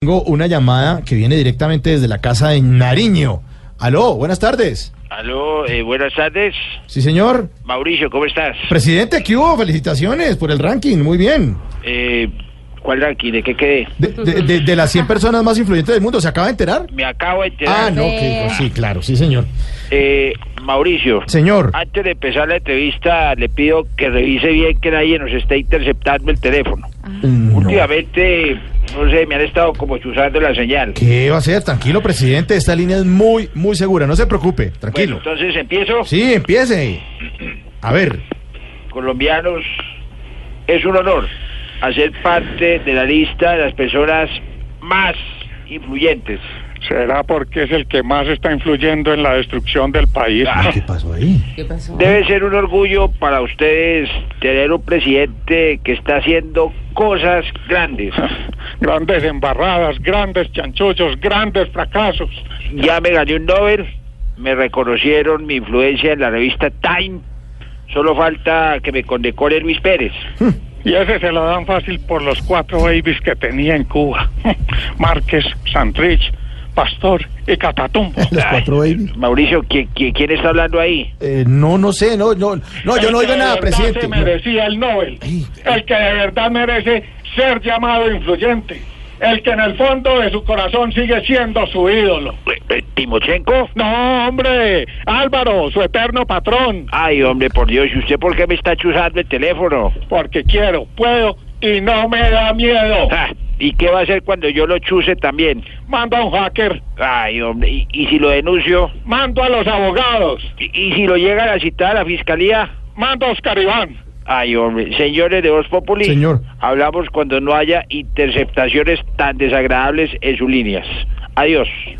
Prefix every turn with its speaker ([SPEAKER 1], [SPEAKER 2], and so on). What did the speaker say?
[SPEAKER 1] Tengo una llamada que viene directamente desde la casa de Nariño. Aló, buenas tardes.
[SPEAKER 2] Aló, eh, buenas tardes.
[SPEAKER 1] Sí, señor.
[SPEAKER 2] Mauricio, ¿cómo estás?
[SPEAKER 1] Presidente, ¿qué hubo? Felicitaciones por el ranking, muy bien.
[SPEAKER 2] Eh, ¿Cuál ranking? ¿De qué quedé?
[SPEAKER 1] De, de- de- de las 100 personas más influyentes del mundo, ¿se acaba de enterar?
[SPEAKER 2] Me acabo de
[SPEAKER 1] Ah,
[SPEAKER 2] enterar.
[SPEAKER 1] no, que, sí, claro, sí, señor.
[SPEAKER 2] Eh, Mauricio,
[SPEAKER 1] Señor,
[SPEAKER 2] antes de empezar la entrevista, le pido que revise bien que nadie nos esté interceptando el teléfono.
[SPEAKER 1] no.
[SPEAKER 2] Últimamente, no sé, me han estado como chuzando la señal.
[SPEAKER 1] ¿qué va a ser? Tranquilo, presidente, esta línea es muy, muy segura, no se preocupe,
[SPEAKER 2] Bueno,
[SPEAKER 1] tranquilo.
[SPEAKER 2] entonces empiezo.
[SPEAKER 1] Sí, empiece. A ver,
[SPEAKER 2] Colombianos, es un honor hacer parte de la lista de las personas más influyentes.
[SPEAKER 3] Será porque es el que más está influyendo en la destrucción del país.
[SPEAKER 1] ¿qué pasó ahí?
[SPEAKER 2] Debe ser un orgullo para ustedes tener un presidente que está haciendo cosas grandes.
[SPEAKER 3] Grandes embarradas, grandes chanchullos, grandes fracasos.
[SPEAKER 2] Ya me gané un Nobel, me reconocieron mi influencia en la revista Time. Solo falta que me condecore Luis Pérez.
[SPEAKER 3] Y ese se lo dan fácil por los cuatro babies que tenía en Cuba. Márquez, Santrich, Pastor y Catatumbo.
[SPEAKER 1] Los cuatro baby.
[SPEAKER 2] Mauricio, ¿qui- qui- quién está hablando ahí?
[SPEAKER 1] Eh, no, no sé, no, no, no, yo no
[SPEAKER 3] El
[SPEAKER 1] oigo
[SPEAKER 3] que de
[SPEAKER 1] nada,
[SPEAKER 3] verdad
[SPEAKER 1] presidente.
[SPEAKER 3] Se merecía el Nobel.
[SPEAKER 1] Ay.
[SPEAKER 3] El que de verdad merece ser llamado influyente. El que en el fondo de su corazón sigue siendo su ídolo.
[SPEAKER 2] Eh, eh, ¿Timochenko?
[SPEAKER 3] No, hombre, Álvaro, su eterno patrón.
[SPEAKER 2] Ay, hombre, por Dios, ¿y usted por qué me está chuzando el teléfono?
[SPEAKER 3] Porque quiero, puedo y no me da miedo.
[SPEAKER 2] Ja, Ah, ¿Y qué va a hacer cuando yo lo chuse también?
[SPEAKER 3] Mando a un hacker,
[SPEAKER 2] Ay, hombre, ¿y, y si lo denuncio?
[SPEAKER 3] mando a los abogados,
[SPEAKER 2] ¿Y, y si lo llegan a citar a la fiscalía?
[SPEAKER 3] mando a Oscar Iván.
[SPEAKER 2] Ay, hombre, señores de Voz Populi,
[SPEAKER 1] Señor.
[SPEAKER 2] hablamos cuando no haya interceptaciones tan desagradables en sus líneas. Adiós.